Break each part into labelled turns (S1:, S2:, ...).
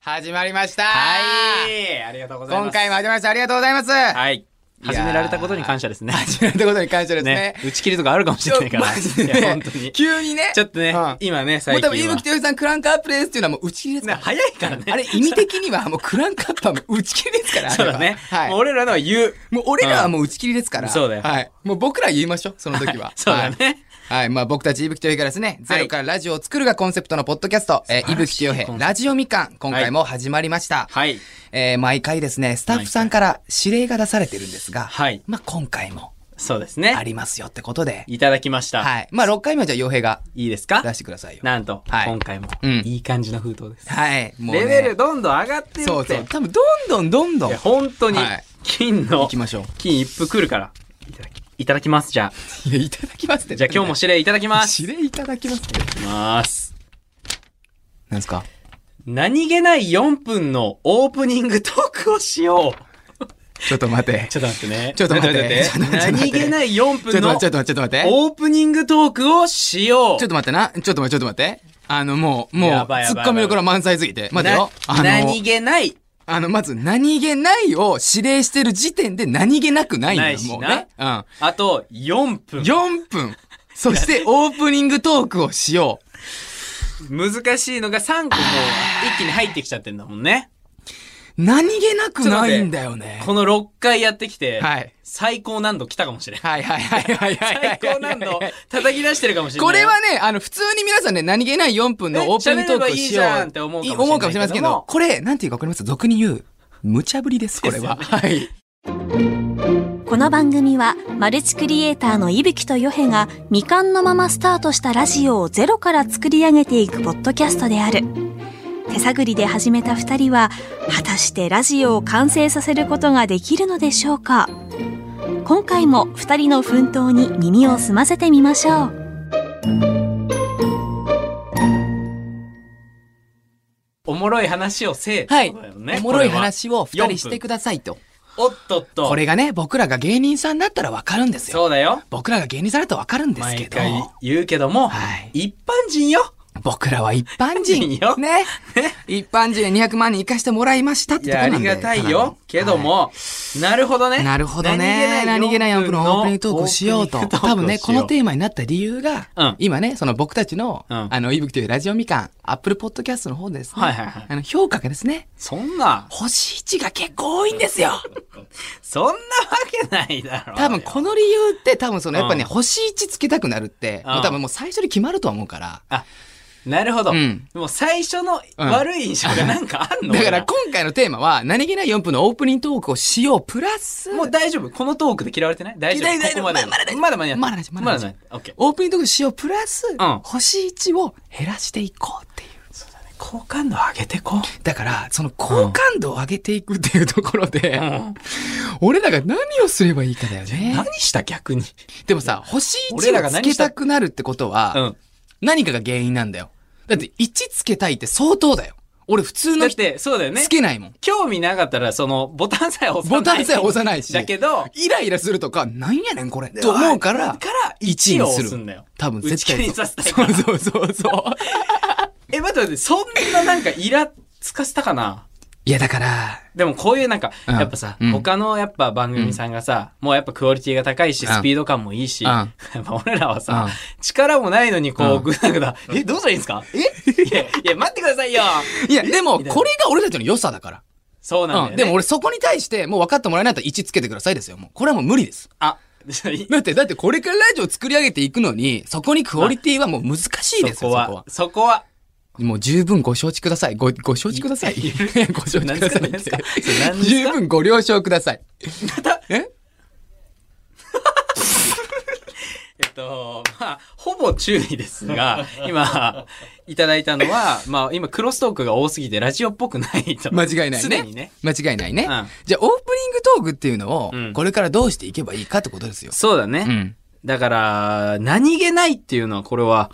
S1: 始まりました
S2: はい。ありがとうございます。
S1: 今回も始まりましたありがとうございます
S2: はい。
S1: いやー
S2: 始められたことに感謝ですね。
S1: 始めたことに感謝ですね
S2: ね。打ち切りとかあるかもしれないから。
S1: マジでね
S2: いや本当に。
S1: 急にね
S2: ちょっとね
S1: うん、
S2: 今ね、
S1: もう
S2: 最近
S1: 多
S2: は。
S1: 分、伊吹とよさん、クランクアップですっていうのはもう打ち切りです
S2: ね
S1: から。
S2: 早いからね。
S1: あれ、意味的にはもうクランクアップはもう打ち切りですから。あれ
S2: そ
S1: は
S2: うだね。
S1: はい。
S2: もう俺らのは言う。
S1: もう俺らはもう打ち切りですから。
S2: うんそうだよ。
S1: はい。もう僕ら言いましょう、その時は
S2: そうだね。
S1: はい。はい。まあ僕たち、いぶきとよへからですね、
S2: はい
S1: ゼロからラジオを作るがコンセプトのポッドキャスト、えー、いぶきとよへ、ラジオみかん、今回も始まりました。
S2: はい。
S1: えー毎回ですね、スタッフさんから指令が出されてるんですが、
S2: はい
S1: まあ今回も
S2: そうです
S1: あ
S2: ね。
S1: りますよってことで、
S2: いただきました。
S1: はい。まあ6回目はじゃあ、洋平が
S2: いいですか
S1: 出してくださいよ。
S2: なんと、
S1: はい
S2: 今回も
S1: うん、
S2: いい感じの封筒です。
S1: はい。もうね
S2: レベルどんどん上がってるって。
S1: そうそう。多分、どんどんどんどん。
S2: いや、
S1: 行
S2: 本当に
S1: はい、
S2: 金の、
S1: きましょう。
S2: 金一服来るから。いただきいただきます、じゃ あ。
S1: いや、いただきますって。
S2: じゃあ今日も指令いただきます。
S1: 指令いただきますって。
S2: いただきます。
S1: なんですか
S2: 何気ない4分のオープニングトークをしよう。
S1: ちょっと待って。
S2: ちょっと待ってね。
S1: ちょっと待って
S2: ちょっと待って
S1: ちょっと待って
S2: 何気ない4
S1: ちょ
S2: 分
S1: っと待
S2: の
S1: って、ちょっと待って、ちょっと待って。
S2: オープニングトークをしよう。
S1: ちょっと待ってな。ちょっと待って、ちょっと待って。あの、もう、もう、
S2: やばい
S1: 突
S2: やばいやば
S1: っ
S2: い
S1: 込みどころ満載すぎて。待てよ。あ
S2: な何
S1: の、
S2: 気ない。
S1: あの、まず、何気ないを指令してる時点で何気なくないの
S2: な
S1: よ
S2: い、し
S1: もう
S2: な
S1: ね。うん。
S2: あと4分。
S1: 4分。そして、オープニングトークをしよう。
S2: 難しいのが3個もう一気に入ってきちゃってんだもんね。
S1: 何気なくないんだよね。
S2: この6回やってきて、
S1: はい
S2: 最高難度来たかもしれ ん。
S1: はいはいはいはいはいはいはい。
S2: 最高難度叩き出してるかもしれない。
S1: これはね、あの、普通に皆さんね、何気ない4分のオープニングトークをしよう。
S2: え喋ればいいじゃんって思うかもしれないけども
S1: 思うかもしれませんけど、これ、なんていうかわかります俗に言う、無茶ぶりです、これは。はい。
S3: この番組はマルチクリエイターの伊吹とヨヘが未完のままスタートしたラジオをゼロから作り上げていくポッドキャストである手探りで始めた2人は果たしてラジオを完成させることができるのでしょうか今回も2人の奮闘に耳を澄ませてみましょう
S2: おもろい話をせえって
S1: はい
S2: ことだよね。
S1: おもろい
S2: これは
S1: 話を2人して
S2: 4分
S1: くださいと。
S2: おっとっと。
S1: これがね、僕らが芸人さんだったらわかるんですよ。
S2: そうだよ。
S1: 僕らが芸人さんだとわかるんですけ
S2: 毎
S1: ど、
S2: 回言うけども、
S1: はい
S2: 一般人よ。
S1: 僕らは一般人。
S2: 一般人よ
S1: ね。一般人に200万人生かしてもらいましたっ
S2: い
S1: てとこ
S2: や、あ
S1: なんで
S2: りがたい
S1: はい
S2: よ。けども、なるほどね。
S1: なるほどね。何気ない4分のオープニングトークをしようと。 多分ね、このテ
S2: ー
S1: ーマになった理由が、
S2: うん
S1: 今ね、その僕たちの、
S2: うん
S1: あの、いぶきというラジオみかん、アップルポッドキャストの方でですね、
S2: はいはいはい
S1: あの、評価がですね、
S2: そんな、
S1: 星1が結構多いんですよ。
S2: そんなわけないだろうよ。
S1: 多分この理由って多分その、やっぱね、
S2: うん
S1: 星1つけたくなるって、
S2: うん
S1: もう多分もう最初に決まるとは思うから。
S2: あ、なるほど。
S1: うん
S2: もう最初の
S1: うん
S2: 悪い印象がなんかあん の
S1: だから今回のテーマは、何気ない4分のオープニングトークをしよう、プラス、
S2: もう大丈夫。このトークで嫌われてない大丈
S1: 嫌い
S2: 夫。
S1: だ
S2: ここまで。
S1: まだ大丈夫
S2: まだ間に合って
S1: まだ大丈夫
S2: ま
S1: ま
S2: だ
S1: だ
S2: 間
S1: 大
S2: に
S1: 丈
S2: 合
S1: 夫
S2: ってオッケー。
S1: オープニングトークしよう、プラス、
S2: ん
S1: 星1を減らしていこうっていう。
S2: 好感度上げて こ
S1: だから、その好感度を上げていくっていうところで、
S2: う。うん。
S1: 俺らが何をすればいいかだよね
S2: 何。した逆に。
S1: でもさ、星
S2: 俺ら
S1: 1
S2: が
S1: をつ
S2: 何
S1: け
S2: した
S1: たくなるってこと
S2: う
S1: は、
S2: ん。
S1: 何かが原因なんだよ。だって1つけたいって相当だよ。俺普通
S2: だ
S1: の
S2: っ
S1: 人
S2: て、そうだよね
S1: つ。けないもん。
S2: 興味なかったら、その、ボタンさえ押さない。
S1: ボタンさえ押さないし
S2: だけど、
S1: イライラするとか、なんやねんこれ。と思うから
S2: だ、から、
S1: 1
S2: 1
S1: に
S2: を
S1: す
S2: 押すんだ
S1: る
S2: よ。。
S1: 多分
S2: 打ち
S1: 絶
S2: 切
S1: 対
S2: り
S1: そ
S2: さ
S1: う。
S2: せたいから。
S1: そうそうそうそう。
S2: え、待って待って、そんななんかイラつかせたかない
S1: やだから、
S2: でもこういうなんか、
S1: うん
S2: やっぱさ、
S1: うん
S2: 他のやっぱ番組さんがさ、もうやっぱクオリティが高いし、
S1: うん
S2: スピード感もいいし、
S1: うん
S2: やっぱ俺らはさ
S1: うん、
S2: 力もないのにこ
S1: うん
S2: う、ぐだぐだ、え、どうしたらいいんですかえいや、いや、待ってくださいよ
S1: いや、でも、
S2: みたいな
S1: これが俺たちの良さだから。
S2: そうなんだよ、
S1: う
S2: ね
S1: ん。でも、俺そこに対して、もう分かってもらえないと1つけてくださいですよ。もう、これはもう無理です。
S2: あ、
S1: だって、だってこれからラジオ作り上げていくのに、そこにクオリティはもう難しいですよ、そこ
S2: そこは
S1: は、。
S2: そこは、
S1: もう十分ご承知ください。ご、ご承知ください。
S2: い
S1: ご承知くださいっ
S2: 何です
S1: て
S2: か何ですか。
S1: 十分ご了承ください。え
S2: えっと、まあ、ほぼ注意です が、今、いただいたのは、まあ、今、クロストークが多すぎて、ラジオっぽくないと。
S1: 間違いないね。
S2: すでにね。
S1: 間違いないね。
S2: うん
S1: じゃあ、オープニングトークっていうのを
S2: う、ん
S1: これからどうしていけばいいかってことですよ。
S2: そうだね。
S1: うん。
S2: だから、何気ないっていうのは、これは、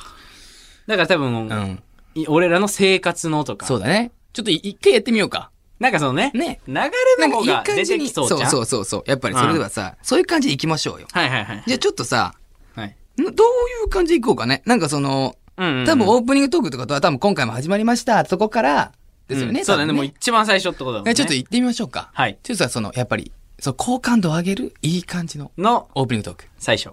S2: だから多分、
S1: うん。
S2: い俺らの生活のとか、
S1: そうだね。ちょっとい一回やってみようか。
S2: なんかそのね、
S1: ね
S2: 流れの方が
S1: いい
S2: 出てきそうじゃん。
S1: そうそうそう。やっぱりそれではさ、そういう感じでいきましょうよ。
S2: はいはいはい。
S1: じゃあちょっとさ、
S2: はい。
S1: んどういう感じでいこうかね。なんかその、
S2: うんうんうん
S1: 多分オープニングトークとかとは多分今回も始まりましたとこから、ですよね。
S2: うんそうだね。
S1: 多分
S2: もう一番最初ってことだもんね。
S1: ねちょっと行ってみましょうか。
S2: はい。
S1: ちょっとさ、その、やっぱり、その好感度を上げる、いい感じの
S2: の
S1: オープニングトーク。
S2: 最初。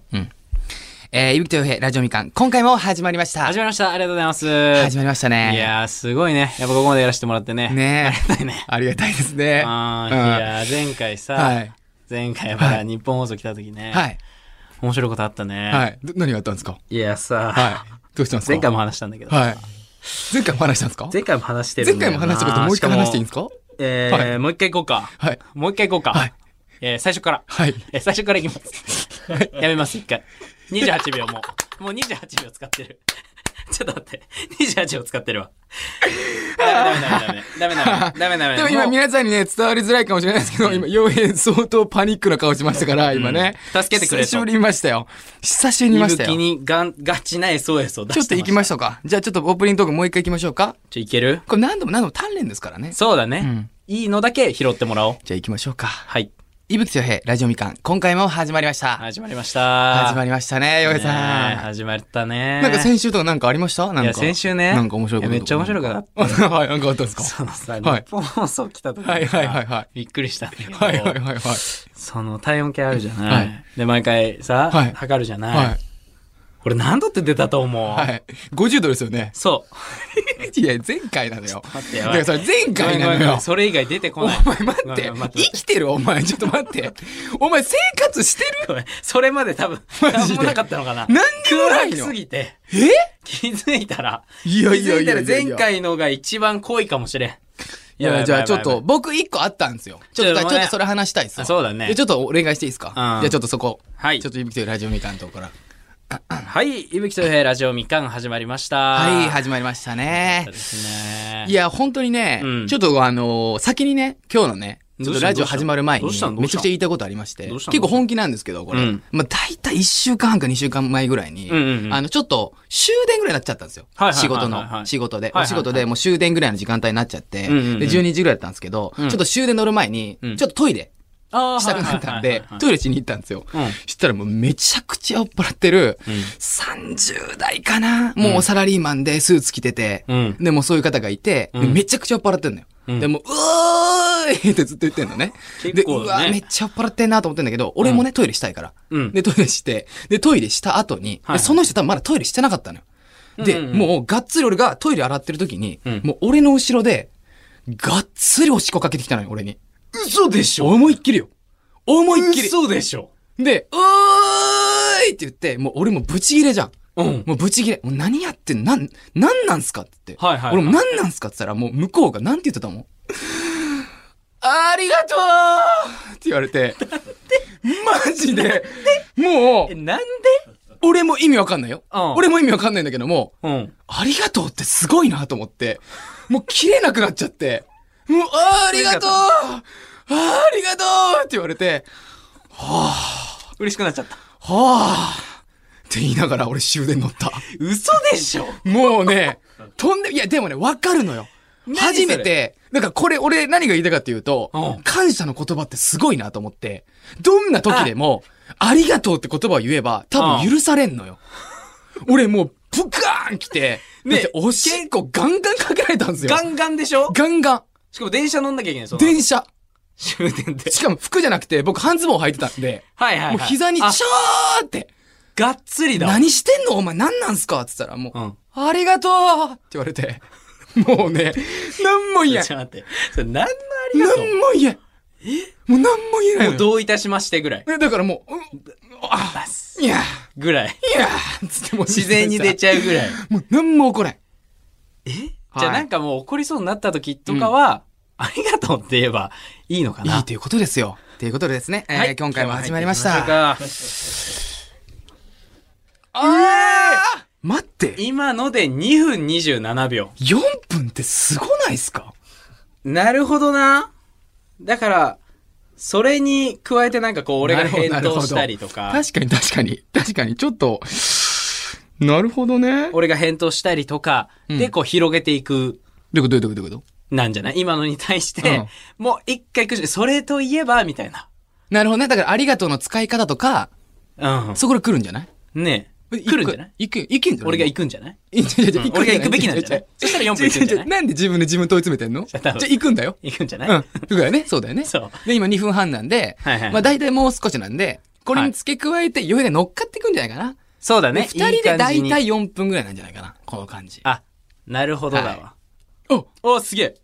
S1: えー、いぶきとよへ、ラジオみかん、今回も始まりました。
S2: 始まりました。ありがとうございます。
S1: 始まりましたね。
S2: いやー、すごいね。やっぱここまでやらせてもらってね。
S1: ね
S2: ありがたいね。
S1: ありがたいですね。
S2: あーいやー、前回さ、
S1: はい
S2: 前回やっぱ日本放送来た時ね、
S1: はい。
S2: 面白いことあったね。
S1: はい。ど何があったんですか
S2: い、やさ、
S1: はい。どうしたんですか
S2: 前回も話したんだけど、
S1: はい。前回も話したんですか
S2: 前回も話してる
S1: 前
S2: んだ
S1: 回
S2: よ
S1: も
S2: な
S1: 話したこともう一回話していいんですか
S2: かもえー
S1: はい
S2: もう一回行こうか。
S1: はい。
S2: もう一回行こうか。
S1: はい
S2: えー最初から。
S1: はい。
S2: えー最初から行きます。 やめます、一回。28秒もう。もう28秒使ってる。 ちょっと待って。28秒使ってるわ。ダメダメダメダメダメダメダメ
S1: でも今
S2: う
S1: 皆さんにね、伝わりづらいかもしれないですけど、今、洋平相当パニックな顔しましたから、今ね。
S2: うん助けてくれと
S1: 久しぶりに見ましたよ。久しぶりに見ました
S2: 息吹
S1: よ。
S2: にがんガチな SOS を出して
S1: ちょっと行きましょうか。じゃあちょっとオープニングトークもう一回行きましょうか。
S2: ちょ、いける
S1: これ何度も何度も鍛錬ですからね。
S2: そうだね、いいのだけ拾ってもらおう。
S1: じゃあ行きましょうか。
S2: はい。
S1: いぶきとよへ、ラジオみかん、今回も始まりました。
S2: 始まりました。
S1: 始まりましたね、洋平
S2: ねえ
S1: さん。
S2: 始まったね。
S1: なんか先週とかなんかありましたなんか。
S2: いや、先週ね。
S1: なんか面白いこと
S2: やめっちゃ面白いか
S1: った。
S2: ら。
S1: はい、なんかあったんですか
S2: そのさ、
S1: はい
S2: 日本放送来た時にさ
S1: はいはいはいはい
S2: びっくりしたんだけど、
S1: はいはいはいはい。
S2: その体温計あるじゃない、
S1: はい
S2: で、毎回さ、
S1: はい
S2: 測るじゃない、
S1: はい。
S2: 俺何度って出たと思う、
S1: はい。50ドルですよね。
S2: そう。
S1: いや、前回なのよ。
S2: 待って
S1: だ
S2: や
S1: からそ
S2: ばい
S1: れ前
S2: ごめ
S1: 回
S2: ん
S1: なの
S2: ごめんごめ
S1: よ
S2: ん。それ以外出てこ
S1: お
S2: ない。
S1: 前待って
S2: ごめんごめん。
S1: 生きてるお前。ちょっと待って。お前生活してる
S2: ごめんそれまで多分、
S1: マジで
S2: 何もなかったのかな。
S1: 何にもないの
S2: 空白すぎて、
S1: え
S2: 気づいたら、
S1: いやいやいやいやいや
S2: 気づいたら前回のが一番濃いかもしれん。
S1: いや、じゃあちょっ
S2: やばいやばいや
S1: と、
S2: ばい、
S1: 僕一個あったんですよ。ちょっと、
S2: ちょっと
S1: ちょ
S2: ごめん
S1: っとそれ話したいっすわ
S2: あそうだね
S1: でちょっとお願いしていいですか
S2: ん
S1: じゃあちょっとそこ。
S2: はい
S1: ちょっと、いぶきというラジオみかんとこから。
S2: はい、いぶきとよへいラジオみかん始まりました。
S1: はい、
S2: ま
S1: 始まりました
S2: っ
S1: ね
S2: たで。すね。
S1: いや、本当にね、
S2: うん
S1: ちょっとあのー先にね、今日のね、ちょっとラジオ
S2: どうしたの
S1: 始まる前に、
S2: どう
S1: めち
S2: した
S1: ゃ
S2: の
S1: くちゃ言いたいことありまして、
S2: どうし
S1: 結
S2: たの
S1: 構本気なんですけど、これ。
S2: うん
S1: まあ、大体1週間半か2週間前ぐらいに、
S2: うんうんうん
S1: あの、ちょっと終電ぐらいになっちゃったんですよ。
S2: はいはいはい
S1: 仕
S2: はい
S1: 事の、仕事で、
S2: はいはいはい
S1: お仕事でもう終電ぐらいの時間帯になっちゃって、
S2: うんうんうん
S1: で、12時ぐらいだったんですけど、
S2: うん
S1: ちょっと終電乗る前に、
S2: うん
S1: ちょっとトイレ
S2: あー
S1: したくなったん
S2: はい
S1: で
S2: はいはいはい、
S1: トイレしに行ったんですよ。
S2: うん
S1: したらもうめちゃくちゃ酔っ払ってる、
S2: うん
S1: 30代かなもううサラリーマンでスーツ着てて、
S2: うん
S1: でもうそういう方がいて、で
S2: うん
S1: めちゃくちゃ酔っ払ってんのよ。
S2: うん
S1: でもう、うーいってずっと言ってんのね。
S2: 結構だね
S1: で、うわめっちゃ酔っ払ってんなと思ってんだけど、俺もね、トイレしたいから。
S2: うん
S1: で、トイレして、で、トイレした後に、
S2: はいはい
S1: でその人多分まだトイレしてなかったのよ。で、
S2: うんうんうん
S1: もう、がっつり俺がトイレ洗ってる時に、
S2: うん
S1: もう俺の後ろで、がっつりおしっこかけてきたのよ、俺に。
S2: 嘘でしょ
S1: 思いっきりよ。思いっきり。
S2: 嘘でしょ
S1: で、うーいって言って、もう俺もブチギレじゃん。
S2: うん。
S1: もうブチギレ。もう何やってんなん、なんなんすかって言って。
S2: はいはいはい
S1: 俺も何なんすかって言ったら、もう向こうがなんて言ってたもん。ありがとうって言われて。マジで。も
S2: え、
S1: う、
S2: なんで
S1: 俺も意味わかんないよ。
S2: うん
S1: 俺も意味わかんないんだけども、
S2: うん。
S1: ありがとうってすごいなと思って、もう切れなくなっちゃって、もう、あーありがとうあーありがとうって言われて、
S2: 嬉しくなっちゃった。
S1: はあって言いながら俺終電乗った。
S2: 嘘でしょ
S1: もうね、とんで、いやでもね、わかるのよ。
S2: 何
S1: 初め
S2: そ
S1: て、だからこれ俺何が言いたいかっていうと
S2: うん、
S1: 感謝の言葉ってすごいなと思って、どんな時でも、ありがとうって言葉を言えば、多分許されんのよ。俺もう、ブカーン来て、
S2: ね
S1: だっておしっこガンガンかけられたんですよ。
S2: ガンガンでしょ
S1: ガンガン。
S2: しかも電車乗んなきゃいけない、その。
S1: 電車。
S2: 終電で。
S1: しかも服じゃなくて、僕半ズボン履いてたんで、
S2: はいはい、はい。
S1: もう膝にチ
S2: あ
S1: ャーって、
S2: がっつりだ。
S1: 何してんのお前何なんすかって言ったらもう、
S2: うん。
S1: ありがとうって言われ て、もうね、何も言えん。
S2: ちょっと待って。それ何のありがとう
S1: 何も言えん。もう何も言えない
S2: もうどういたしましてぐらい。
S1: えだからもう、うん、あ、いや、
S2: ぐらい。
S1: いや、つってもう
S2: 自然に出ちゃうぐら
S1: ゃ
S2: い。
S1: もう何も起こらん。
S2: じゃあなんかもう怒りそうになった時とかは、ありがとうって言えばいいのか
S1: い
S2: な。
S1: いということですよ。ということでですね、えー
S2: はい
S1: 今回も始まりまし
S2: 今日も
S1: た。
S2: 入っていきましょ
S1: あー待って
S2: うか、今ので2分27秒。
S1: 4分ってすごないっすか
S2: なるほどな。だから、それに加えてなんかこう、俺が返
S1: なるほ
S2: 答
S1: ど
S2: したりとか、
S1: 確かに確かに、確かに、ちょっと、なるほどね。
S2: 俺が返答したりとか、
S1: うん
S2: でこう広げていく、
S1: どういうことどういうことどういうこと
S2: なんじゃない今のに対して、もう一回くじ、それといえば、みたいな。
S1: なるほどね。だから、ありがとうの使い方とか、
S2: う
S1: そこで来るんじゃない
S2: ん。ねえ。
S1: 来
S2: 来るんじゃない
S1: 行く、行けんじゃない
S2: 俺が行くんじゃない
S1: いやいやいや
S2: 俺が行くべきなんじゃないそしたら4分行くんじゃない
S1: なんで自分で自分問い詰めてんのじ
S2: じ
S1: ゃ
S2: ゃ
S1: あ
S2: あ
S1: 行くんだよ。
S2: 行くんじゃない、
S1: うん。そうだよね。そうだよね。
S2: そう。
S1: で、今2分半なんで、
S2: はいはい
S1: まあ大体もう少しなんで、これに付け加えて余裕で乗っかっていくんじゃないかな。
S2: そうだ
S1: で、
S2: ね。
S1: 2人で
S2: いい感じ
S1: 大
S2: に
S1: 体4分ぐらいなんじゃないかな。この感じ。
S2: あ、なるほどだわ。
S1: はお
S2: お、すげえ。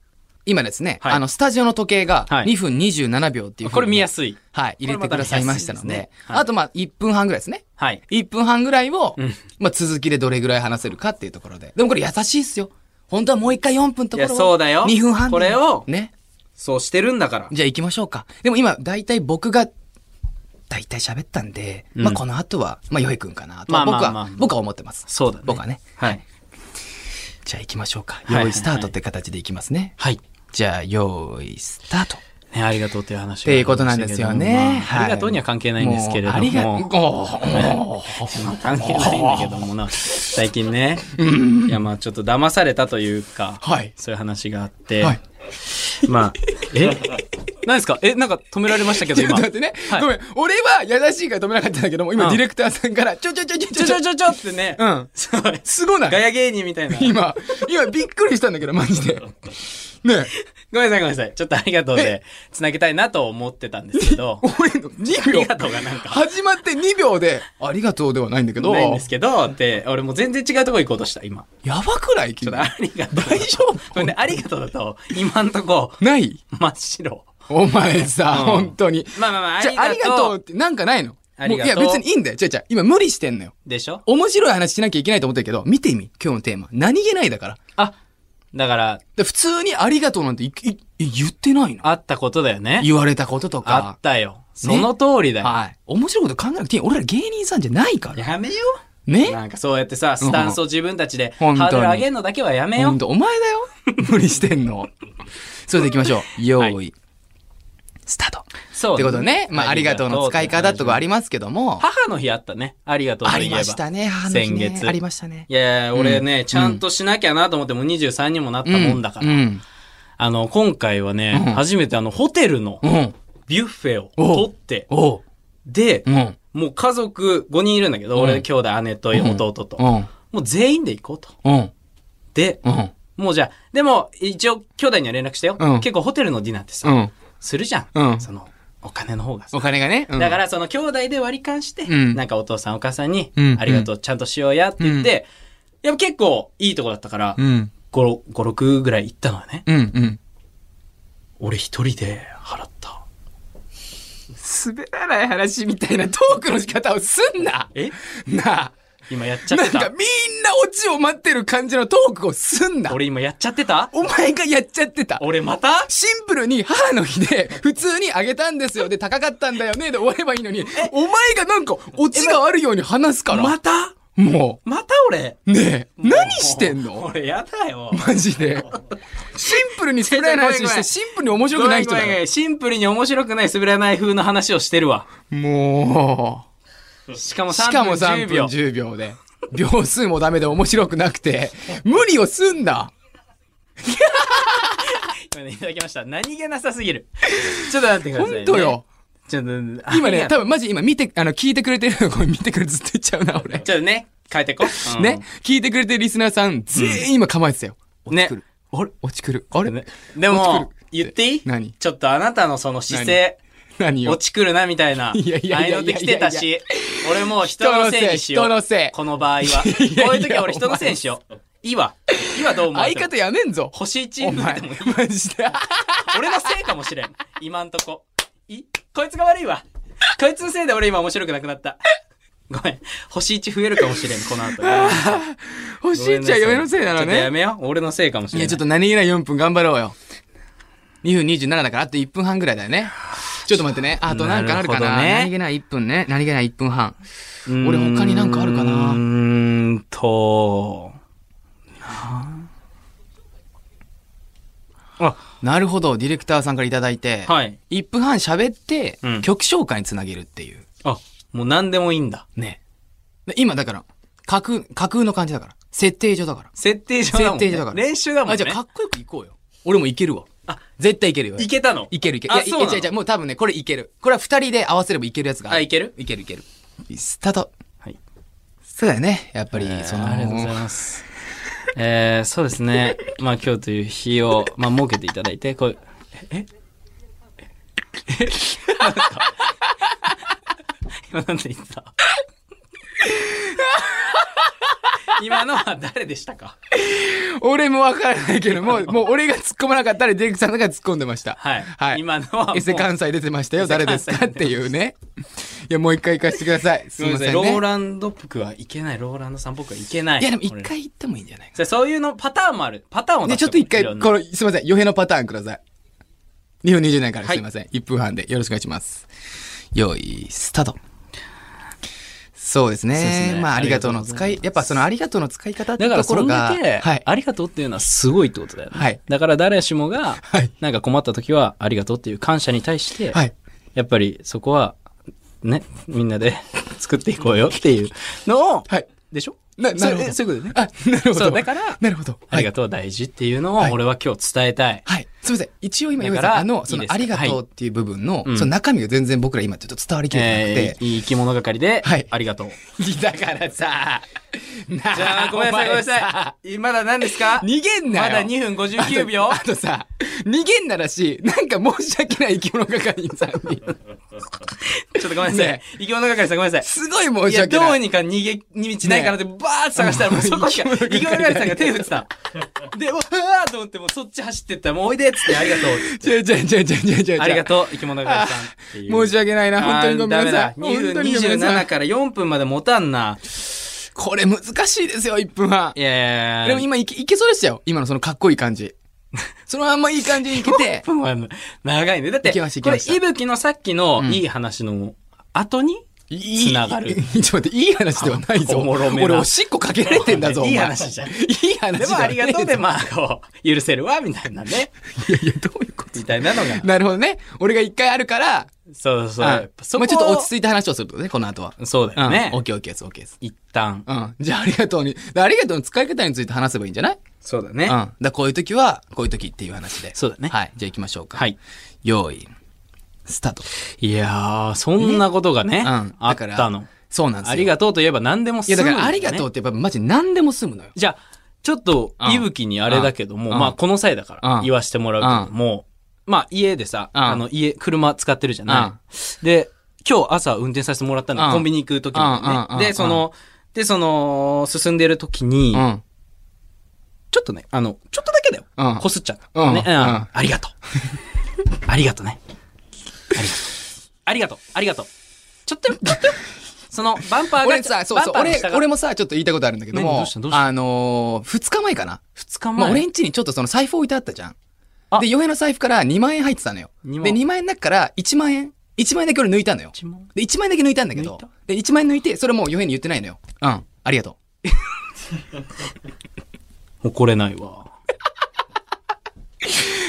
S1: 今ですね、
S2: はい
S1: あの、スタジオの時計が
S2: はい
S1: 2分27秒っていうふうにね、
S2: これ見やすい。
S1: はい、入れてくださいましたの
S2: これまた見や
S1: で
S2: すいです、ねはい
S1: あとまあ1分半ぐらいですね。
S2: はい。
S1: 1分半ぐらいを
S2: うん、
S1: まあ続きでどれぐらい話せるかっていうところで。でもこれ優しいっすよ。本当はもう一回4分ところを
S2: いやそうだよ
S1: 2分半で。
S2: これを
S1: ね。
S2: そうしてるんだから。
S1: じゃあ行きましょうか。でも今、大体僕が、大体喋ったんで、
S2: うん
S1: まあこの後は、まあ、よへくんかなと、
S2: まあまあ
S1: 僕は、
S2: まあまあ
S1: 僕は思ってます。
S2: そうだね。
S1: 僕はね。
S2: はい。
S1: じゃあ行きましょうか。
S2: いはい
S1: 用意スタートって形で行きますね。
S2: はい。
S1: じゃあ、用意スタート。っ
S2: ね、ありがとうという話
S1: ていうことなんですよね。
S2: まあありがとうには関係ないんですけれども。
S1: ありがとう。
S2: 関係ないんだけどもな。最近ね。いや、まあちょっと騙されたというか、
S1: はい
S2: そういう話があって、
S1: はい
S2: まあ、え何ですかえ、なんか止められましたけど、
S1: ちょっと
S2: 今。
S1: 待ってね。
S2: はい
S1: ごめん。俺は優しいから止めなかったんだけども、今
S2: うん
S1: ディレクターさんから、ちょちょちょちょ
S2: ちょちょちょちょってね。
S1: うん。
S2: すごい。
S1: すごな
S2: ガ
S1: い
S2: ヤ芸人みたいな。
S1: 今、今びっくりしたんだけど、マジ で。ね
S2: ごめんなさいごめんなさい。ちょっとありがとうで、つなげたいなと思ってたんですけ ど、あ
S1: 俺の2秒
S2: り。がとうがなんか、
S1: 始まって2秒で、ありがとうではないんだけど、
S2: ないんですけど、って、俺もう全然違うとこ行こうとした、今。
S1: やばくない
S2: ちょ
S1: 君
S2: っとありがとう。
S1: 大丈夫
S2: ほんで、ありがとうだと、今んとこ、
S1: ない
S2: 真っ白。
S1: お前さ、
S2: うん
S1: 本当に。
S2: まあまあまあ、
S1: じゃあ、あ
S2: あ
S1: り
S2: り
S1: が
S2: が
S1: と
S2: と
S1: うっ
S2: う。
S1: てなんかないの
S2: ありがとう
S1: もいや、別にいいんだよ。ちょいちょい、今無理してんのよ。
S2: でしょ
S1: 面白い話しなきゃいけないと思ってるけど、見てみ、今日のテーマ。何気ないだから。
S2: あ、だから、
S1: で普通にありがとうなんていいい言ってないの
S2: あったことだよね。
S1: 言われたことと
S2: あ
S1: か
S2: っ。たよ。その通りだよ。
S1: はい。面白いこと考えなくていい。俺ら芸人さんじゃないから。
S2: やめよう。
S1: ね
S2: なんかそうやってさ、スタンスを自分たちで、ハ
S1: 本当に
S2: ードル上げるのだけはやめ
S1: ほ
S2: よ
S1: ん
S2: う。
S1: と、お前だ よ。無理してんの。それで行きましょう。用意、
S2: は
S1: スタート。
S2: そう。
S1: ってことね。まあ、ありがとうの使い方とかありますけども。
S2: 母の日あったね。ありがとう
S1: あ
S2: とい
S1: り
S2: えば。
S1: ましたね、母の日ね
S2: 先月
S1: ありましたね。
S2: いやいや、俺ね、
S1: うん
S2: ちゃんとしなきゃなと思って、もう23にもなったもんだから。
S1: うん。うん
S2: あの、今回はね、
S1: うん
S2: 初めてあの、ホテルの
S1: うん。
S2: ビュッフェを
S1: おう
S2: 取って、
S1: おう。
S2: で、
S1: うん。
S2: もう家族5人いるんだけど、
S1: うん
S2: 俺、兄弟、姉と
S1: うん
S2: 弟と、
S1: うん。
S2: もう全員で行こうと。
S1: うん。
S2: で、
S1: うん。
S2: もうじゃあ、でも、一応、兄弟には連絡したよ。
S1: うん
S2: 結構ホテルのディナーってさ、
S1: うん。
S2: するじゃん。
S1: うん
S2: その、お金の方がさ。
S1: お金がね。うん
S2: だか、ら、その兄弟で割り勘して、
S1: うん
S2: なんかお父さんお母さんに、
S1: うん
S2: ありがとう、ちゃんとしようやって言って、やっぱ結構いいとこだったから、
S1: うん。
S2: 5、6ぐらい行ったのはね、
S1: うん。うん。
S2: 俺一人で払った。
S1: 滑らない話みたいなトークの仕方をすんな
S2: え
S1: なあ。
S2: 今やっちゃっ
S1: な
S2: て
S1: んか
S2: た
S1: みんなオチを待ってる感じのトークをすんな
S2: 俺今やっちゃってた
S1: お前がやっちゃってた
S2: 俺また
S1: シンプルに母の日で普通にあげたんですよで高かったんだよねで終わればいいのにお前がなんかオチがあるように話すから、
S2: また
S1: も
S2: また俺
S1: うねえ何してん
S2: もう
S1: の
S2: 俺やだよ。
S1: マジでシンプルに滑らない話してシンプルに面白くない人
S2: ごめん
S1: だ
S2: ごめんご
S1: よ
S2: めんシンプルに面白くない滑らない風の話をしてるわ。
S1: もう
S2: しかも
S1: し
S2: 3
S1: か
S2: 分
S1: も3
S2: 10秒
S1: 分。10秒で。秒数もダメで面白くなくて、無理をすんな
S2: ねいただきました。何気なさすぎる。ちょっと待ってください、ね。
S1: 本当よ。。
S2: ちょっと、
S1: 今ね、多
S2: 分。
S1: 分マジ今見て、あの、聞いてくれてる、 これ見てくれずっと言っちゃうな、俺。
S2: ちょっとね、変えてこ。うん
S1: ね。、聞いてくれてるリスナーさん、全員今構えてたよ。
S2: ね。
S1: あれ落ちくる。あれ、
S2: ねで
S1: 落ち
S2: も
S1: くる、
S2: 言っていい
S1: 何
S2: ちょっとあなたのその姿勢、
S1: 何よ
S2: 落。ちくるなみたいな。
S1: いやいやいやいや
S2: ああうので来てた
S1: いや
S2: し、俺もう人のせいにしよう。
S1: 人のせい人のせい
S2: この場合は。こ
S1: いやいや
S2: ういう時は俺人のせいにしよう。いいわ。いいわ、どう思う。
S1: 相方やめんぞ。
S2: 星1
S1: お
S2: になっ
S1: 前
S2: てもいい、
S1: マジで。
S2: 俺のせいかもしれん。今んとこ。いこいつが悪いわ。こいつのせいで俺今面白くなくなった。ごめん。星1増えるかもしれん、この後。
S1: 欲しいっちゃ嫁のせいなの
S2: ちょっとや
S1: ね。
S2: めよう。俺のせいかもし
S1: い
S2: れん。
S1: や、ちょっと何気ない4分頑張ろうよ。2分27だから、あと1分半ぐらいだよね。ちょっと待ってね。あとなんかあるかな
S2: なるほどね
S1: 何気ない1分ね。何気ない1分半。
S2: うーん、
S1: 俺他になんかあるかな
S2: うーんと。なあ。
S1: なるほど、ディレクターさんからいただいて、
S2: あ、はい。
S1: 1分半喋って、
S2: うん
S1: 曲紹介につなげるっていう。
S2: あ、もう何でもいいんだ。
S1: ね。で今だから、架空、架空の感じだから。設定上だから。
S2: 設定上だもん、ね。
S1: 設定上だから
S2: 練習だもんね。
S1: あ、じゃあかっこよくいこうよ。俺もいけるわ。
S2: あ
S1: 絶対いけるよ。
S2: いけたの
S1: いけるいける。
S2: あ、
S1: い
S2: そう
S1: や
S2: な
S1: いや違う違う
S2: の
S1: もう多分ね、これいける。これは二人で合わせればいけるやつがある。
S2: あいける
S1: いけるいける。スタート。
S2: はい。
S1: そうだよね。やっぱり、その、
S2: ありがとうございます。えー、そうですね。まあ今日という日を、まあ設けていただいて、こう、えええ何ですか今なんて言ってた今のは誰でしたか
S1: 俺もわからないけども、もう俺が突っ込まなかったらディレクターさんが突っ込んでました。
S2: はい
S1: はい。
S2: 今のはもう
S1: エセ関西出てましたよ。
S2: エセ関
S1: 誰
S2: 西
S1: ですかっていうね。いや、もう一回行かせてください。す
S2: すみ
S1: みま
S2: ま
S1: せ
S2: せ
S1: ん
S2: ん、
S1: ね。
S2: ローランドっぽくはいけない、ローランドさんっぽくはいけない。
S1: いや、でも一回行ってもいいんじゃないか
S2: 俺。そういうのパターンもある。パターンを
S1: な。
S2: 出
S1: で、ち
S2: して
S1: ょっと一回、
S2: いろ
S1: こ
S2: んな
S1: の、すみません。余計のパターンください。2分20年から、
S2: はい
S1: すみません。1分半でよろしくお願いします。用意、スタート。そうですね。
S2: そうですね
S1: まあ、ありがとうの
S2: あ
S1: 使
S2: り
S1: い
S2: がと
S1: や
S2: うございま、す
S1: っぱそのありがとうの使い方って
S2: だか
S1: と
S2: ら
S1: こ
S2: そ
S1: ろ
S2: ん
S1: が、
S2: だけ、
S1: はい。
S2: ありがとうっていうのはすごいってことだよね。
S1: はい
S2: だから誰しもが
S1: はい、
S2: なんか困った時は、ありがとうっていう感謝に対して、
S1: はい。
S2: やっぱりそこは、ね、みんなで 作っていこうよっていうのを、
S1: はい。
S2: でしょ
S1: な、
S2: そ
S1: な
S2: う
S1: るほど。
S2: そういうことね。
S1: あ、なるほど。
S2: そうだから
S1: なるほど。
S2: あ
S1: は
S2: り
S1: い
S2: がとうは大事っていうの
S1: はい
S2: を俺は今日伝えたい。
S1: はい。すみません。一応今、
S2: だ
S1: 岩
S2: か
S1: 井
S2: ら
S1: さん、あの、そ
S2: い
S1: の
S2: いで、すか
S1: ありがとうっていう部分の、
S2: い
S1: その中身が全然僕ら今ちょっと伝わりきれてなく
S2: え
S1: て
S2: ー、いい生き物係で、
S1: はい
S2: ありがとう。
S1: だから さ、
S2: じゃあ、ごめんなさい、ごめんなさい。まだ何ですか
S1: 逃げんなよ
S2: まだ2分59秒
S1: あ。とさ、逃げんならし、なんか申し訳ない生き物係さん に、
S2: ちょっとごめんなさい
S1: ね。
S2: 生き物係さんごめんなさい。
S1: すごい申
S2: い
S1: し
S2: や、
S1: 訳
S2: ど
S1: な
S2: う
S1: い。
S2: にか逃げ、道ないかなって、バーって探したら、もうそこしか、
S1: もう
S2: 生
S1: 生
S2: き
S1: き
S2: 物
S1: 物
S2: 係
S1: 係
S2: さんが手振ってた。で、うわーと思って、もうそっち走ってったら、もうおいでっつって、ありがとうっつっ
S1: じゃじゃじゃじゃじゃじ
S2: て。
S1: ゃ
S2: ありがとう、生き物係さんっていう。
S1: 申し訳ないな。本当にごめんなさ
S2: あ
S1: い。
S2: ーダメだ
S1: 本
S2: 2
S1: 当
S2: 分
S1: にごめんなさ
S2: 27
S1: い。
S2: から4分まで持たんな。
S1: これ難しいですよ、1分半
S2: い。やいやいや
S1: でも今いけいけそうでしたよ。今のそのかっこいい感じ。 そのまんまいい感じにいけて
S2: 4 。分は長いね。だっ て、
S1: いけましたい
S2: こ
S1: け
S2: れ、
S1: ました
S2: いぶきのさっきのいい話の後に、
S1: いい
S2: つながる
S1: ちょっと待って、いい話ではないぞ。
S2: おもろめな
S1: 俺、おしっこかけられてんだぞ、お前
S2: いい話じゃん
S1: いい話
S2: で
S1: で
S2: もありがとうで、
S1: ま
S2: まあ、こう、許せるわ、みたいなね。
S1: いやいや、どういうこ
S2: みたいなのが
S1: と。なるほど ね。俺が一回あるから、
S2: そうそう。
S1: あ
S2: やっぱそこ
S1: まあちょっと落ち着いた話をするとね、この後は。
S2: そうだよね。
S1: うん。オッケーオッケーです、オッケーです。
S2: 一旦。
S1: うん。じゃあ、ありがとうに、だからありがとうの使い方について話せばいいんじゃない
S2: そうだ
S1: う
S2: ね
S1: ん。だからこういう時は、こういう時っていう話で。
S2: そうだね
S1: はい。じゃあ行きましょうか。
S2: はい。
S1: 用意、スタート。
S2: いやー、そんなことがね、
S1: うん。
S2: あっ
S1: だから
S2: たの。。
S1: そうなんですよ。
S2: ありがとうといえば何でも
S1: い
S2: 済
S1: や、
S2: む
S1: だ
S2: ん
S1: か
S2: だ、ね。
S1: らありがとうってやっぱマジ何でも済むのよ。
S2: じゃあ、ちょっと
S1: う、ん
S2: いぶきにあれだけども、
S1: うん
S2: まあ、この際だから
S1: うん
S2: 言わしてもらうけども、まあ、家でさ、
S1: うん
S2: あの、家、車使ってるじゃない。で、今日朝運転させてもらった
S1: う
S2: の、
S1: ん
S2: コンビニ行く時なん
S1: うんう
S2: ね。
S1: ん
S2: で、その、で、その、進んでる時に、
S1: うん。
S2: ちょっとね、あの、ちょっとだけだよ。
S1: うん
S2: こすっちゃった。
S1: うん
S2: ね、うん
S1: うん
S2: ありがとう。 ありがとうね。ありがとう。ありがとう。ありがとう。ちょっとよ、ちょっとよ。その、バンパーが、
S1: 俺さ、そうそう、
S2: バンパーの
S1: 俺
S2: 下、が
S1: 俺もさ、ちょっと言いたいことあるんだけど
S2: 何ど
S1: も
S2: うしたどう、した
S1: あのー、二日前かな。
S2: 二日前。
S1: まあ、俺ん家にちょっとその財布置いてあったじゃん
S2: あ。
S1: で、嫁の財布から2万円入ってたのよ。で、
S2: 二万
S1: 2万円の中から1万円、1万円だけ俺抜いたのよ。
S2: 一万
S1: で、1万円だけ抜いたんだけ
S2: 抜い
S1: ど
S2: た、
S1: で、1万円抜いて、それもう嫁に言ってないのよ。うん、ありがとう。
S2: 怒れないわ。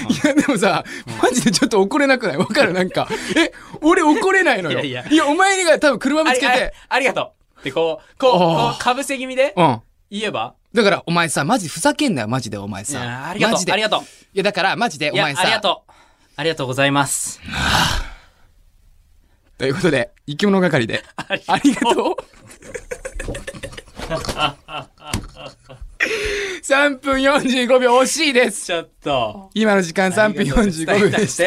S1: いや、でもさ、マジでちょっと怒れなくないわかるなんか。え、俺怒れないのよ。
S2: いやいや
S1: お前が多分車ぶ
S2: あ
S1: つ
S2: り
S1: け
S2: あり
S1: て、
S2: ありがとう。ってこう、こう、
S1: おー
S2: こうかぶせ気味で
S1: うん。
S2: 言えば、
S1: だから、お前さ、マジふざけんなよ、マジで、お前
S2: いや
S1: さ。
S2: ありが
S1: マ
S2: と
S1: ジ
S2: う。
S1: で
S2: ありがとう。
S1: いや、だから、マジで、お
S2: いや、
S1: 前さ。
S2: ありがとう。ありがとうございます。
S1: ということで、生き物係で。
S2: あり
S1: ありがとう。3分45秒惜しいです。
S2: ちょっと。
S1: 今の時間3分45秒でし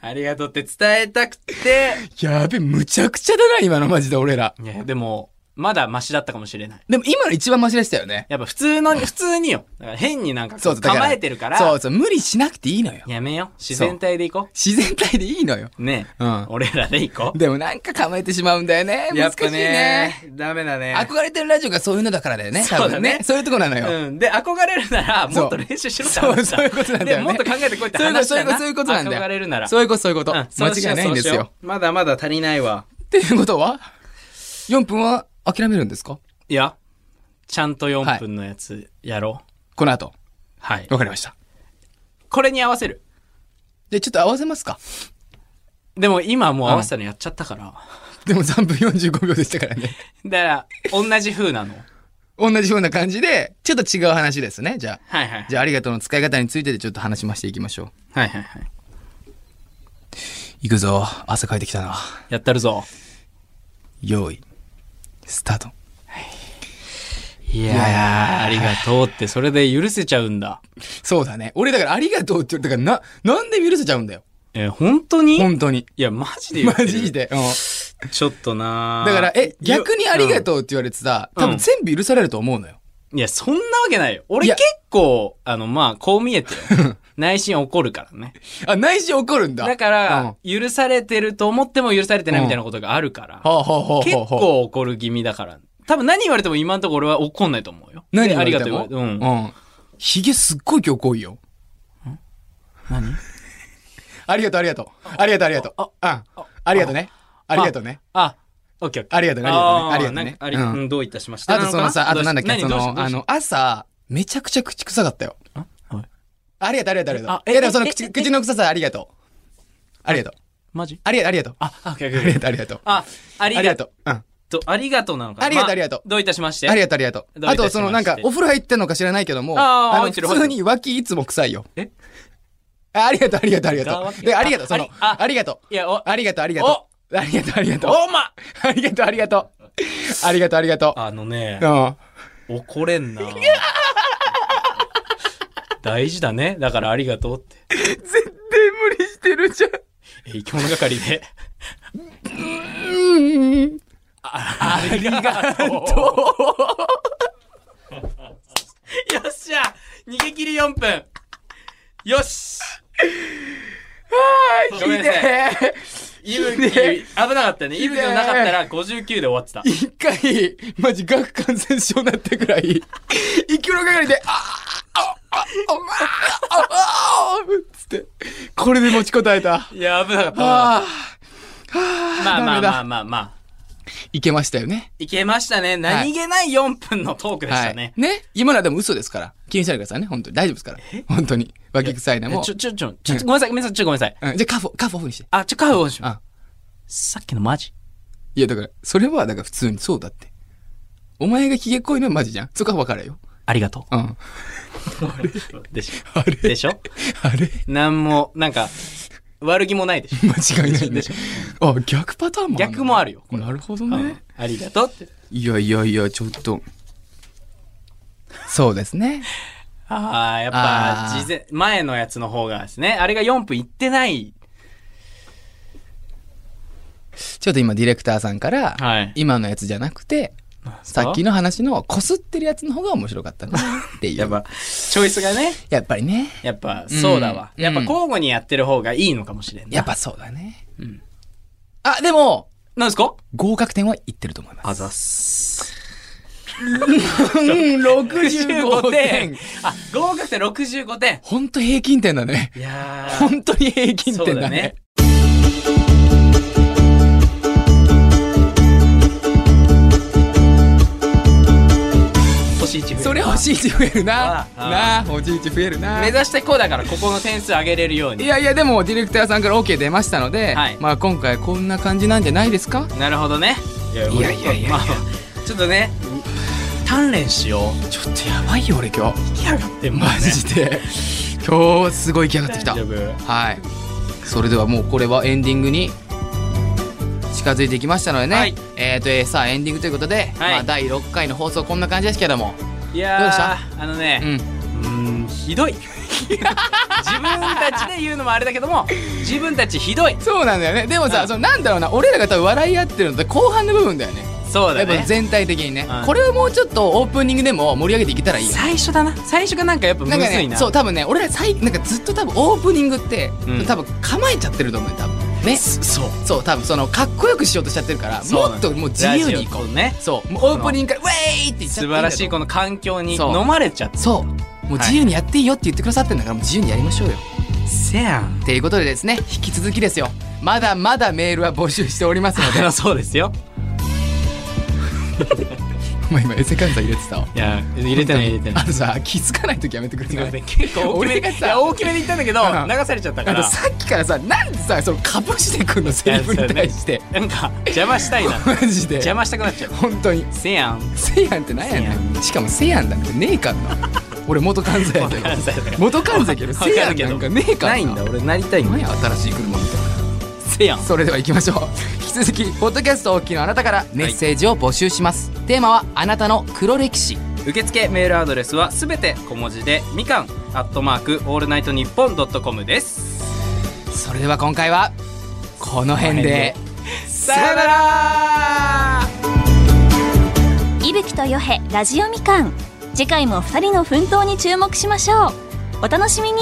S2: ありがとうって伝えた
S1: た
S2: く。て。ありがとうって伝えたくて。
S1: やべ、むちゃくちゃだな、今のマジで俺ら。
S2: いや、でも、まだマシだったかもしれない。
S1: でも今の一番マシでしたよね。
S2: やっぱ普通 の、普通によ。だから変になんかこ
S1: そううだら
S2: 構えてるから、
S1: そうそう、無理しなくていいのよ。
S2: やめよう。自然体でいこ
S1: 自然体でいいのよ。
S2: う。ねえ、
S1: うん
S2: 俺らでいこう。
S1: でもなんか構えてしまうんだよね。 難しいね。
S2: ダメだね。
S1: 憧れてるラジオがそういうのだからだよね。
S2: そうだね
S1: 多分そういうとこなのよ。
S2: うん。で、憧れるなら、
S1: そう
S2: もっと練習しろって話だ
S1: そうそういうことなんだよね
S2: でもっと考えてこいって
S1: そういうこと
S2: 話
S1: そういう
S2: だ
S1: こ
S2: な
S1: とそういうことなんだよ。
S2: 憧れるなら。
S1: そういうこと、そういうこと。
S2: うんそ
S1: 間
S2: うし
S1: 違
S2: よう
S1: いないんです
S2: そう
S1: よ
S2: しよ。うまだまだ足りないわ。
S1: っていうことは ?4 分は諦めるんですか
S2: いや、ちゃんと4分のやつやろう。
S1: この後。
S2: はい。
S1: わかりました。
S2: これに合わせる。
S1: で、ちょっと合わせますか。
S2: でも今もう合わせたのやっちゃったから。
S1: でも3分45秒でしたからね。
S2: だから、同じ風なの。
S1: 同じような感じで、ちょっと違う話ですね。じゃあ。
S2: はいはい。
S1: じゃあ、ありがとうの使い方についてでちょっと話しましていきましょう。
S2: はいはいはい。
S1: 行くぞ。汗かいてきたな。
S2: やったるぞ。
S1: 用意、スタート。はい
S2: いやー、ありがとうって、それで許せちゃうんだ。
S1: そうだね。俺だからありがとうって言だからな、なんで許せちゃうんだよ。
S2: えー、本当にい
S1: 本当に。
S2: や、マジで言
S1: マ
S2: ってる
S1: ジ。で。うん
S2: ちょっとなー
S1: だから、え、逆にありがとうって言われてさ、
S2: うん
S1: 多分全部許されると思うのよ。
S2: いや、そんなわけないよ。俺
S1: いや
S2: 結構、あの、まあ、こう見 えてよ内心怒るからね。
S1: あ、内心怒るんだ。
S2: だから、許されてると思っても許されてないみたいなことがあるから、
S1: うん、はあ、はあはあはあ、
S2: 結構怒る気味だから。多分何言われても今のところ俺は怒んないと思うよ。
S1: 何
S2: で
S1: 言
S2: あ
S1: わ
S2: り
S1: れ
S2: が
S1: て
S2: とう
S1: も
S2: 言われて。うん。
S1: うん。ヒゲすっごい今日濃いよ。
S2: 何
S1: ありがとう、ありがとう。ありがとう、ありがとう。あ、ありがとうね。ありがとうね。
S2: あ、オッケーオッケー。
S1: ありがとうね
S2: あー
S1: ありがとうね
S2: な
S1: あ
S2: ん
S1: り
S2: か
S1: がとうね
S2: あ
S1: う
S2: り
S1: ん
S2: うんどういたしまして。
S1: あとそのさ、あと
S2: なか
S1: なんだっけ、
S2: 何
S1: そ
S2: どうし
S1: の、あの、朝、めちゃくちゃ口臭かったよ。
S2: どうした
S1: ありがとう、ありがとう、ありが
S2: あ
S1: と
S2: え
S1: う。いや、でもその
S2: え
S1: 口、
S2: え
S1: 口の臭さ、ありがとう。ありがとう。
S2: マジ
S1: ありがとう、ありがとう。
S2: あ、オッケーオ
S1: あ
S2: ッケ
S1: り
S2: ー
S1: がとう、ありがとう。
S2: あ、あり
S1: あり
S2: が
S1: が
S2: と
S1: と
S2: う
S1: う。うん。
S2: と。ありがとうなのかな
S1: ありがとう
S2: ま
S1: ありがとう
S2: どういたしまして。
S1: ありがとう、ありがとう。
S2: どういたし
S1: あ
S2: まして
S1: と、その、なんか、お風呂入ってんのか知らないけども、
S2: あー
S1: の、
S2: 入ってる
S1: 普通に脇いつも臭いよ。
S2: え
S1: あありがとう、ありがとう、ありがとう。で、ありがとう、その、
S2: あ
S1: ありがとう。
S2: いや、お、
S1: ありがとう、ありがとう。ありがとう、ありがとう。
S2: おま
S1: ありがとう、ありがとう。ありがとう、ありがと
S2: あのね
S1: う。う、ん。
S2: 怒れんな。大事だね。だからありがとうって。
S1: で、無理してるじゃん。
S2: え生き物係で。ありがとう。よっしゃ逃げ切り4分よし
S1: ひ
S2: ごめんな
S1: で
S2: さ
S1: え
S2: いぶき、危なかったね。いぶきのなかったら59で終わってた。
S1: 一回、マジ、顎感染症になったぐらい、生き物係で、ああああおまあああつって、これで持ちこたえた。
S2: いや、危なかった。
S1: あ
S2: まあまあま
S1: ダメだ
S2: あまあまあ。
S1: ーいけましたよね。
S2: いけましたね。何気ない4分のトークでし
S1: は
S2: た
S1: い。
S2: ね
S1: ね。。今のはでも嘘ですから。気にしないでくださいね。本当に。大丈夫ですから。本当に。脇臭いね。もう。
S2: ちょ、ちょ、ちょ、ちょ、ごめんなさい、ごめんなさい、ちょ、ごめんなさい。
S1: うんじゃあカフ、カフオフにして。
S2: あ、ちょ、カフオンしま
S1: あ
S2: す。さっきのマジ
S1: いや、だから、それは、だから普通にそうだって。お前がヒゲ濃いのはマジじゃん。そこは分からよ。
S2: ありがと
S1: うん。
S2: う。でし
S1: あ
S2: ょ。 で
S1: れ
S2: しょ
S1: あれ
S2: なんも、なんか、悪気もないでしょ。
S1: 間違いないね。あ、逆パターンもあるの
S2: 逆もあるよこれ
S1: なるほど
S2: う
S1: ね
S2: ん。ありがとうって。
S1: いやいやいや、ちょっと。そうですね。
S2: ああ、やっ
S1: あ
S2: ぱ、
S1: ー
S2: 事前、前のやつの方がですね、あれが4分いってない。
S1: ちょっと今、ディレクターさんから、
S2: はい
S1: 今のやつじゃなくて、さっき
S2: の。
S1: の話のこすってるやつの方が面白かったなっていう。
S2: やっぱ、チョイスがね、
S1: やっぱりね。
S2: やっぱ、そうだわ。
S1: うん
S2: やっぱ、交互にやってる方がいいのかもしれんな。
S1: やっぱ、そうだね。あ、でも、
S2: なんですか
S1: 合格点はいってると思います。
S2: ざっす。
S1: うん、
S2: 65
S1: 65
S2: 点
S1: 点。。
S2: あ、合格点65点。
S1: ほんと平均点だね。
S2: いやー。
S1: ほんとに平均点だね。
S2: 星一
S1: それ星1増えるな
S2: あ。あ
S1: なあ、星1増えるな
S2: 目。指してこうだからここの点数上げれるよう
S1: い
S2: に
S1: やいや、でもディレクターさんから OK 出ましたので、
S2: はい
S1: まあ今回こんな感じなんじゃないですか
S2: なるほどねいや
S1: いやいやいや
S2: まあちょっとね鍛錬しよう
S1: ちょっとやばいよ俺今日。
S2: 出来上がって
S1: マジで。今日すごい来上がってきた。
S2: 大丈夫
S1: はい。それではもうこれはエンディングに近づいてきましたのでね。
S2: はい
S1: えっ、と、えーさあエンディングということで、
S2: はい
S1: まあ第6回の放送こんな感じですけども。
S2: いやー
S1: どうでした
S2: あの
S1: う
S2: ね
S1: ん。
S2: うんんひどい 自分たちで言うのもあれだけども自分たちひどい
S1: そうなんだよね。でも
S2: う
S1: さ、
S2: ん
S1: そのなんだろうな、俺らが多分笑い合ってるのって後半の部分だよね。
S2: そうだ
S1: やっ
S2: ね
S1: ぱ全体的にね
S2: うん。
S1: これをもうちょっとオープニングでも盛り上げていけたらいいよ。
S2: 最初だな最初がなんかやっぱむず
S1: なんか
S2: い
S1: ね、
S2: な
S1: そう多分ね、俺ら最なんかずっと多分オープニングって、
S2: うん
S1: 多分構えちゃってると思うよ多分ね。
S2: そう
S1: そう多分そのかっこよくしようとしちゃってるから、
S2: そう
S1: も
S2: な
S1: っ
S2: の
S1: ともう自由にいこ
S2: ラジオとね
S1: う。そう、もうオープニングからウェーイって言っちゃって
S2: 素
S1: んだ
S2: 晴
S1: と
S2: らしいこの環境に
S1: そう
S2: 飲まれちゃって
S1: そう、もう自由にやっていいよって言ってくださってるんだから、もう自由にやりましょうよ。
S2: せやん
S1: っていうことでですね、引き続きですよ。まだまだメールは募集しておりますの
S2: あ
S1: で
S2: の、そうですよ
S1: お前今エセ関西入れてたわ。
S2: いや入れてない入れてない
S1: あのさ、気づかないときやめてくれ
S2: すい
S1: な
S2: ませ
S1: い
S2: ん 結構大きめ
S1: 俺
S2: で
S1: が
S2: い
S1: さ
S2: や大きめで言ったんだけど
S1: うん
S2: 流されちゃったか
S1: あ
S2: ら
S1: とさっきからさ、なんでさ、そのかぶしてくんのセリフに対して。
S2: なんか邪魔したい な
S1: マジで。
S2: 邪魔したくなっちゃう
S1: 本当に
S2: せや ん
S1: せやんってなんやねんしかもせやんなんてねえからな俺元関西やけど
S2: 元関西だから
S1: 元関西やけどせやんなんかねえから
S2: ないんだ俺なりたいん
S1: 何
S2: だ
S1: や新しい車みたいな
S2: せやん
S1: それでは行きましょう引き続きポッドキャストをお聞きのあなたからメッセージを募集します、テーマはあなたの黒歴史
S2: 受付メールアドレスはすべて小文字でみかんアットマークオールナイトニッポンドットコムです
S1: それでは今回はこの辺で
S2: こさよなら
S3: 伊吹とよへラジオみかん次回も2人の奮闘に注目しましょうお楽しみに